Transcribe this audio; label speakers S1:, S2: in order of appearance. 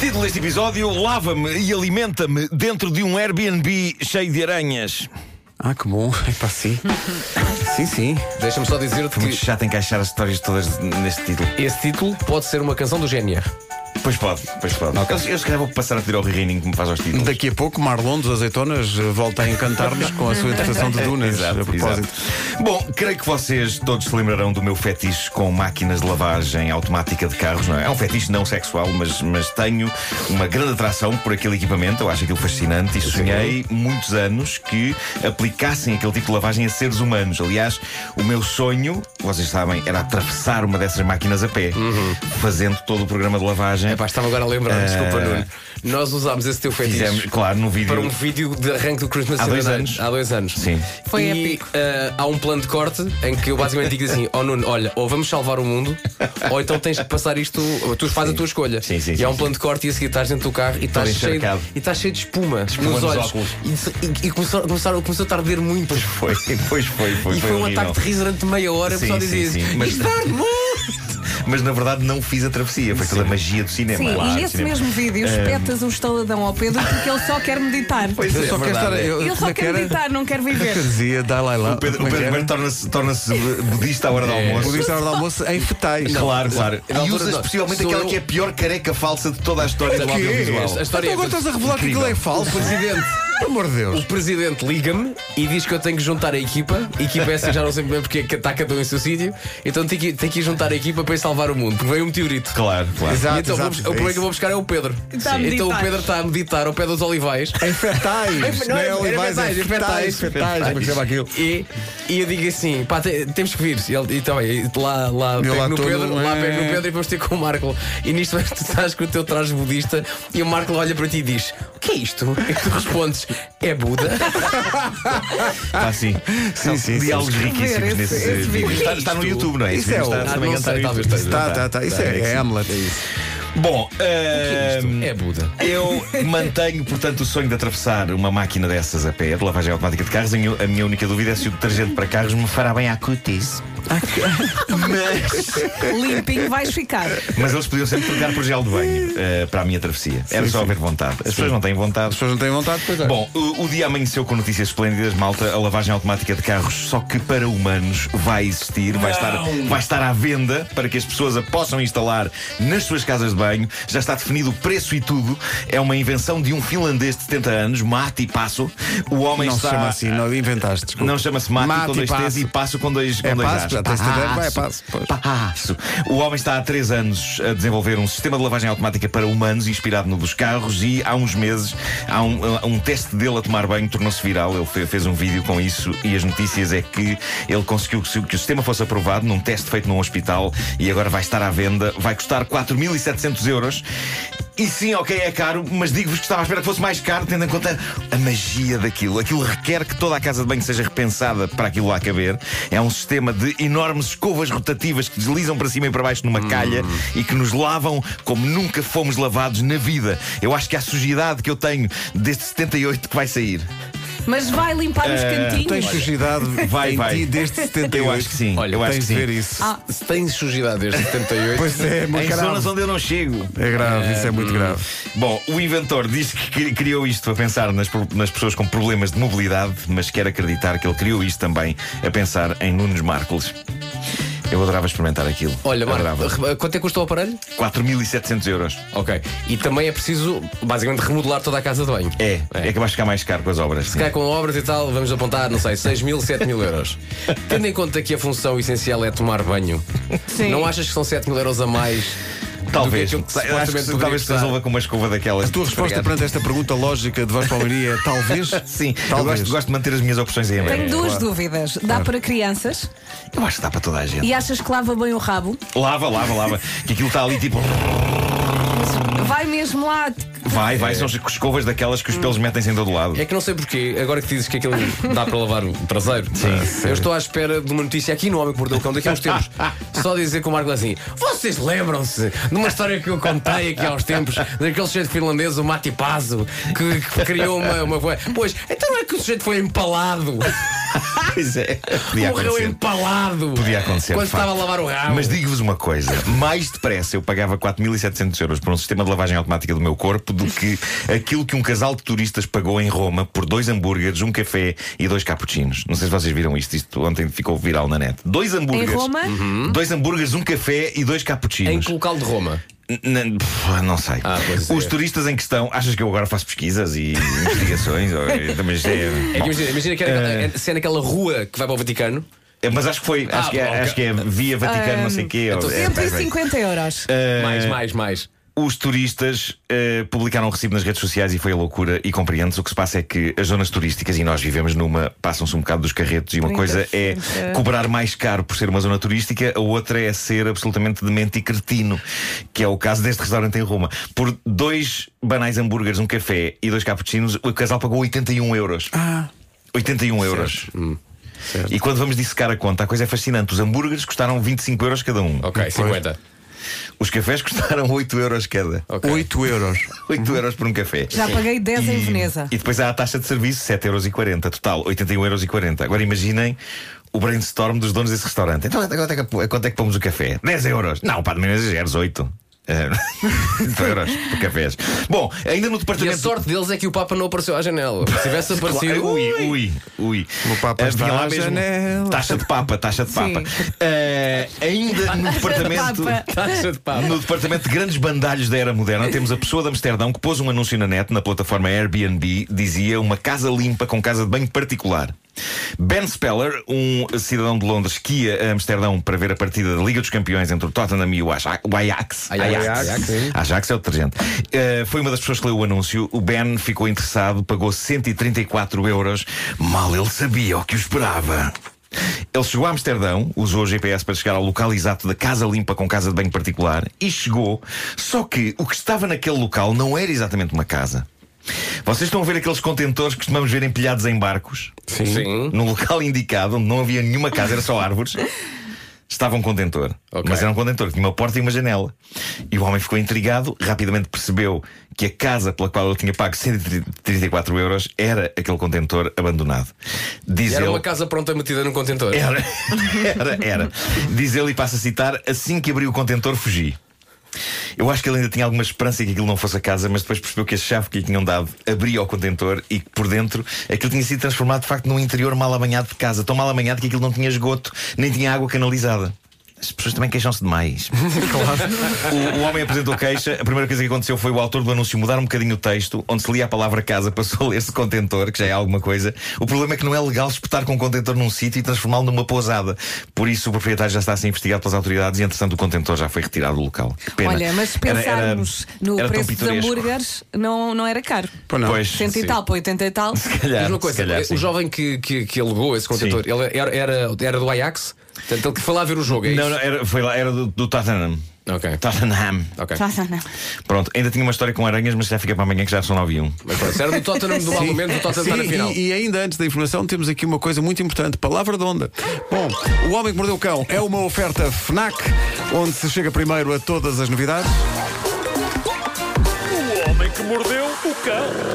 S1: Título deste episódio: Lava-me e alimenta-me dentro de um Airbnb cheio de aranhas.
S2: Ah, que bom. É para si. sim, sim.
S3: Deixa-me só dizer-te
S1: Muito
S3: que
S1: chato encaixar as histórias todas neste título.
S3: esse título pode ser uma canção do GNR.
S1: Pois pode, pois pode. Eu, Então, eu se calhar vou passar a pedir ao Ririnho que me faz aos títulos.
S2: Daqui a pouco, Marlon dos Azeitonas eh, volta a encantar-nos com a sua interpretação de Dunas. a propósito.
S1: É, exato. Bom, creio que vocês todos se lembrarão do meu fetiche com máquinas de lavagem automática de carros, não é? É um fetiche não sexual, mas, mas tenho uma grande atração por aquele equipamento, eu acho aquilo
S3: É
S1: fascinante e sonhei muitos anos que aplicassem aquele tipo de lavagem a seres humanos. Aliás, o meu sonho, vocês sabem, era atravessar uma dessas máquinas a pé,
S3: Uhum.
S1: fazendo todo o programa de lavagem.
S3: Epá, estava agora a lembrar,
S1: Eh,
S3: desculpa, Nuno. Ah. Nós usámos esse teu
S1: Fizemos,
S3: fetiche
S1: claro, no vídeo.
S3: para um vídeo de arranque do Christmas
S1: Há dois
S3: Serenade.
S1: anos.
S3: Há dois anos.
S1: Sim.
S4: Foi
S3: e,
S4: épico.
S3: eh, há um plano de corte em que eu basicamente digo assim: oh Nuno, olha, ou vamos salvar o mundo, ou então tens de passar isto, ou tu fazes a tua escolha.
S1: Sim, sim,
S3: e
S1: sim,
S3: há um
S1: sim.
S3: plano de corte e a seguir estás dentro do carro e estás
S1: Todo
S3: cheio, de-
S1: encharcado.
S3: e estás cheio de espuma,
S1: nos
S3: nos olhos.
S1: óculos.
S3: E, e- e começou, começaram- começou a tarder muito.
S1: Foi, pois foi, foi.
S3: e foi, um
S1: horrível.
S3: ataque de riso durante meia hora, o
S1: Sim,
S3: pessoal
S1: sim,
S3: dizia
S1: sim,
S3: assim:
S1: mas-
S3: Isto arde muito!
S1: Mas na verdade não fiz a travessia, foi toda a magia do cinema.
S4: Sim,
S1: Claro,
S4: e
S1: do
S4: nesse
S1: cinema.
S4: mesmo vídeo espetas o estaladão ao Pedro porque ele só quer meditar.
S1: Pois
S2: Eu
S1: é,
S2: só quero
S1: verdade,
S2: estar.
S1: é.
S2: Eu,
S4: ele
S2: como
S4: só
S2: é que
S4: quer
S2: era?
S4: meditar, não quer
S2: Como é que
S4: viver.
S2: dizia Dalai Lama.
S1: O Pedro,
S2: Como
S1: o
S2: é que
S1: Pedro
S2: era?
S1: Ribeiro torna-se torna-se budista à hora do almoço.
S2: Budista à hora do almoço em fetais. Então
S1: Claro, claro.
S3: Na
S1: E
S3: altura
S1: usa
S3: não.
S1: especialmente
S3: Sou
S1: aquela
S3: eu.
S1: que é a pior careca falsa de toda a história do
S3: Que?
S1: audiovisual.
S3: A história
S2: Então
S3: é
S2: agora
S3: toda-
S2: estás a revelar que aquilo é falso.
S3: Presidente.
S2: Pelo amor de Deus.
S3: O presidente liga-me e diz que eu tenho que juntar a equipa. A equipa essa já não sei bem porque é que está cada um em seu sítio. Então tenho que, tenho que ir juntar a equipa para ir salvar o mundo, porque veio um meteorito.
S1: Claro, claro.
S2: Exato,
S3: e então
S2: exato,
S3: vou bus-
S2: é
S3: o primeiro
S2: isso.
S3: que eu vou buscar é o Pedro.
S4: Está
S3: Então o
S4: a meditar.
S3: Pedro está a meditar ao pé dos olivais.
S2: Em
S1: É
S2: fetais.
S3: Não, era- era
S2: olivais,
S3: fetais,
S2: é
S3: era fetais.
S2: fetais. Como é que chama aquilo?
S3: E, e eu digo assim: pá, te- temos que vir. E ele, então, e lá, lá, pego
S2: lá
S3: no
S2: todo,
S3: Pedro, lá
S2: é.
S3: pego no Pedro e vamos ter com o Marco. E nisto tu estás com o teu traje budista e o Marco olha para ti e diz: O que é isto? E tu respondes: É Buda.
S1: Ah, sim. São
S2: sim, sim.
S1: diálogos
S4: Escrever
S1: riquíssimos nesse
S4: esse- esse
S1: vídeo.
S4: vídeo.
S1: Está, está no YouTube, não é?
S2: Isso é o-
S1: está,
S3: Ah,
S1: se bem está
S3: não
S1: no
S3: sei,
S1: YouTube.
S3: talvez esteja.
S2: Tá, tá, tá. Isso é, é Hamlet.
S1: Bom,
S3: isto?
S1: ah,
S3: É Buda.
S1: Eu mantenho, portanto, o sonho de atravessar uma máquina dessas a pé, de lavagem automática de carros. A minha, a minha única dúvida é se o detergente para carros me fará bem à cutis. Mas,
S4: Limpinho vais ficar.
S1: mas eles podiam sempre trocar por gel de banho eh, para a minha travessia. Era só haver vontade. As pessoas não têm
S2: As
S1: vontade.
S2: pessoas não têm vontade, pois é.
S1: Bom, o, o dia amanheceu com notícias esplêndidas, malta. A lavagem automática de carros, só que para humanos, vai existir, vai estar, vai estar à venda para que as pessoas a possam instalar nas suas casas de banho. Já está definido o preço e tudo. É uma invenção de um finlandês de 70 anos, Mati Passo. O homem
S2: não se
S1: está.
S2: chama assim, não inventaste. Desculpa.
S1: Não chama-se Mati,
S2: Mate
S1: com
S2: e
S1: dois T's
S2: passo.
S1: e passo com dois, com
S2: É
S1: dois
S2: passo,
S1: As.
S2: já tens de ter, vai, é passo, pois.
S1: passo. O homem está há três anos a desenvolver um sistema de lavagem automática para humanos inspirado no dos carros e há uns meses há um, um teste dele a tomar banho tornou-se viral. Ele fe- fez um vídeo com isso e as notícias é que ele conseguiu que, se- que o sistema fosse aprovado num teste feito num hospital e agora vai estar à venda. Vai custar 4.700 euros. E sim, ok, é caro, mas digo-vos que estava à espera que fosse mais caro, tendo em conta a magia daquilo. Aquilo requer que toda a casa de banho seja repensada para aquilo lá caber. É um sistema de enormes escovas rotativas que deslizam para cima e para baixo numa calha e que nos lavam como nunca fomos lavados na vida. Eu acho que há sujidade que eu tenho desde 78 que vai sair.
S4: Mas vai limpar os
S1: Eh,
S2: Tu tens
S4: cantinhos.
S2: sujidade
S1: Vai,
S2: em
S1: vai.
S2: ti desde 78.
S1: Eu acho que sim.
S3: Olha,
S1: eu acho
S2: Tens
S1: que
S2: de
S1: sim.
S2: ver isso.
S4: Ah.
S3: Se tens sujidade desde 78.
S2: Pois é, mas
S1: Em zonas Hum. onde eu não chego.
S2: É grave, isso é muito grave.
S1: Bom, o inventor diz que cri- criou isto a pensar nas, pro- nas pessoas com problemas de mobilidade, mas quer acreditar que ele criou isto também a pensar em Nunes Marcos. Eu adorava experimentar aquilo.
S3: Olha, Marco,
S1: adorava.
S3: re- quanto é que custa o aparelho?
S1: 4.700 euros.
S3: Ok. E também é preciso, basicamente, remodelar toda a casa de banho.
S1: É, é, que vai ficar mais caro com as obras.
S3: Se calhar com obras e tal, vamos apontar, não sei, 6 mil, 7 mil euros. Tendo em conta que a função essencial é tomar banho,
S4: Sim.
S3: não achas que são 7 mil euros a mais?
S1: Talvez.
S3: do que aquilo que
S1: acho que
S3: supostamente
S1: se-
S3: poderia
S1: talvez um se
S3: custar?
S1: resolva com uma escova daquelas.
S2: A tua resposta
S1: Obrigado.
S2: perante esta pergunta lógica de Vasco Palmeirinho é talvez?
S1: Sim, eu
S2: talvez.
S1: gosto, gosto de manter as minhas opções em aberto.
S4: Tenho duas dúvidas. Dá para crianças
S1: Eu acho que dá para toda a gente.
S4: e achas que lava bem o rabo?
S1: Lava, lava, lava. que aquilo está ali tipo. Uhum.
S4: Vai mesmo lá.
S1: Vai, vai. São escovas daquelas que os pelos metem-se em todo lado.
S3: É que não sei porquê, agora que dizes que aquilo dá para lavar o traseiro, eu estou à espera de uma notícia aqui no Homem que Mordeu o Cão daqui a uns tempos. Só dizer com o Marco assim: vocês lembram-se de uma história que eu contei aqui há uns tempos, daquele sujeito finlandês, o Mati Pazzo, que, que criou uma, uma. Pois, então não é que o sujeito foi empalado
S1: Pois é. Podia
S3: Morreu
S1: acontecer.
S3: empalado.
S1: Podia acontecer.
S3: Quando
S1: de facto.
S3: estava a lavar o rabo.
S1: Mas digo-vos uma coisa: mais depressa eu pagava 4.700 euros por um sistema de lavagem automática do meu corpo do que aquilo que um casal de turistas pagou em Roma por dois hambúrgueres, um café e dois cappuccinos. Não sei se vocês viram isto, isto ontem ficou viral na net. Dois hambúrgueres.
S4: Roma?
S1: Dois hambúrgueres, um café e dois
S3: Em
S1: cappuccinos.
S3: que local de Roma?
S1: N- pff, Não sei.
S3: Ah, pois é.
S1: Os turistas em questão, achas que eu agora faço pesquisas e investigações? Ou- Também isto é.
S3: É que
S1: Bom.
S3: imagina, imagina que era,
S1: Eh.
S3: é- se é naquela rua que vai para o Vaticano.
S1: É, Mas acho que foi,
S3: Ah,
S1: acho, que é,
S3: ok. Então,
S1: acho que é via Vaticano, não sei o quê. ou- é, Eh, bem, bem.
S4: 150 euros.
S3: Mais, mais, mais.
S1: Os turistas eh, publicaram o recibo nas redes sociais e foi a loucura e compreendes. O que se passa é que as zonas turísticas, e nós vivemos numa, passam-se um bocado dos carretos, e uma
S4: Trinta,
S1: coisa é
S4: trinta.
S1: cobrar mais caro por ser uma zona turística, a outra é ser absolutamente demente e cretino, que é o caso deste restaurante em Roma. Por dois banais hambúrgueres, um café e dois cappuccinos, o casal pagou 81 euros. 81 euros. E quando vamos dissecar a conta, a coisa é fascinante. Os hambúrgueres custaram 25 euros cada um.
S3: Ok, 50.
S1: Os cafés custaram 8 euros cada.
S3: Ok.
S2: 8 euros.
S1: 8 euros por um café.
S4: Já paguei 10 em
S1: E-
S4: Veneza.
S1: E depois há a taxa de serviço, 7,40€, total, 81,40€. Agora imaginem o brainstorm dos donos desse restaurante. Então, quanto é que, quanto é que pomos o café? 10 euros. Não, pá, de menos exageros, 8. 8 É, euros por cafés. Bom, ainda no
S3: E
S1: departamento.
S3: a sorte deles é que o Papa não apareceu à janela. Se tivesse aparecido.
S1: Claro, Ui, ui, ui.
S2: O Papa
S1: Ah,
S2: está
S1: vinha
S2: à janela.
S1: Taxa de papa, taxa de
S4: Sim.
S1: papa. Ah, ainda no departamento.
S4: Papa.
S3: Taxa de Papa.
S1: No departamento de grandes bandalhos da era moderna, temos a pessoa de Amsterdão que pôs um anúncio na net, na plataforma Airbnb, dizia uma casa limpa com casa de banho particular. Ben Speller, um cidadão de Londres que ia a Amsterdão para ver a partida da Liga dos Campeões entre o Tottenham e o Aja- o Ajax.
S3: Ajax, Ajax, sim.
S1: Ajax é o detergente. Eh, foi uma das pessoas que leu o anúncio. O Ben ficou interessado, pagou 134 euros. Mal ele sabia o que o esperava. Ele chegou a Amsterdão, usou o GPS para chegar ao local exato da casa limpa com casa de banho particular e chegou. Só que o que estava naquele local não era exatamente uma casa. Vocês estão a ver aqueles contentores que costumamos ver empilhados em barcos?
S3: Sim. Sim.
S1: No local indicado, onde não havia nenhuma casa, era só árvores. Estava um contentor.
S3: Ok.
S1: Mas era um contentor, tinha uma porta e uma janela. E o homem ficou intrigado, rapidamente percebeu que a casa pela qual ele tinha pago 134 euros era aquele contentor abandonado. Diz
S3: Era
S1: ele.
S3: uma casa pronta metida no contentor.
S1: Era, era, era. Diz ele, e passa a citar: assim que abri o contentor, fugi. Eu acho que ele ainda tinha alguma esperança que aquilo não fosse a casa, mas depois percebeu que a chave que lhe tinham dado abria o contentor e que por dentro aquilo tinha sido transformado de facto num interior mal amanhado de casa. Tão mal amanhado que aquilo não tinha esgoto, nem tinha água canalizada. As pessoas também queixam-se demais. O, o homem apresentou queixa. A primeira coisa que aconteceu foi o autor do anúncio mudar um bocadinho o texto, onde se lia a palavra casa, passou a ler-se contentor, que já é alguma coisa. O problema é que não é legal espetar com um contentor num sítio e transformá-lo numa pousada. Por isso, o proprietário já está a ser investigado pelas autoridades e, entretanto, o contentor já foi retirado do local. Que pena.
S4: Olha, mas se
S1: Era- era-
S4: pensarmos no
S1: era tão
S4: preço dos
S1: pitoresco.
S4: hambúrgueres, não, não era caro.
S2: Pois não.
S1: Pois,
S4: 100 e
S1: sim.
S4: tal, para 80 e tal.
S1: Se calhar,
S3: Diz uma coisa,
S1: se calhar, sim.
S3: o jovem que, que, que alugou esse contentor,
S1: Sim.
S3: ele era, era, era do Ajax? Portanto, ele que foi lá ver o jogo, é isso?
S1: Não, não, era, foi lá, era do, do Tottenham.
S3: Ok.
S1: Tottenham.
S3: Ok.
S1: Pronto, ainda tinha uma história com aranhas, mas já fica para amanhã que já são 9 e 1.
S3: Mas pronto, se era do Tottenham do
S2: Sim.
S3: argumento, o Tottenham está na
S2: Sim,
S3: final.
S2: E, e ainda antes da informação, temos aqui uma coisa muito importante: palavra de onda. Bom, O Homem que Mordeu o Cão é uma oferta Fnac, onde se chega primeiro a todas as novidades.
S5: O homem que mordeu o cão.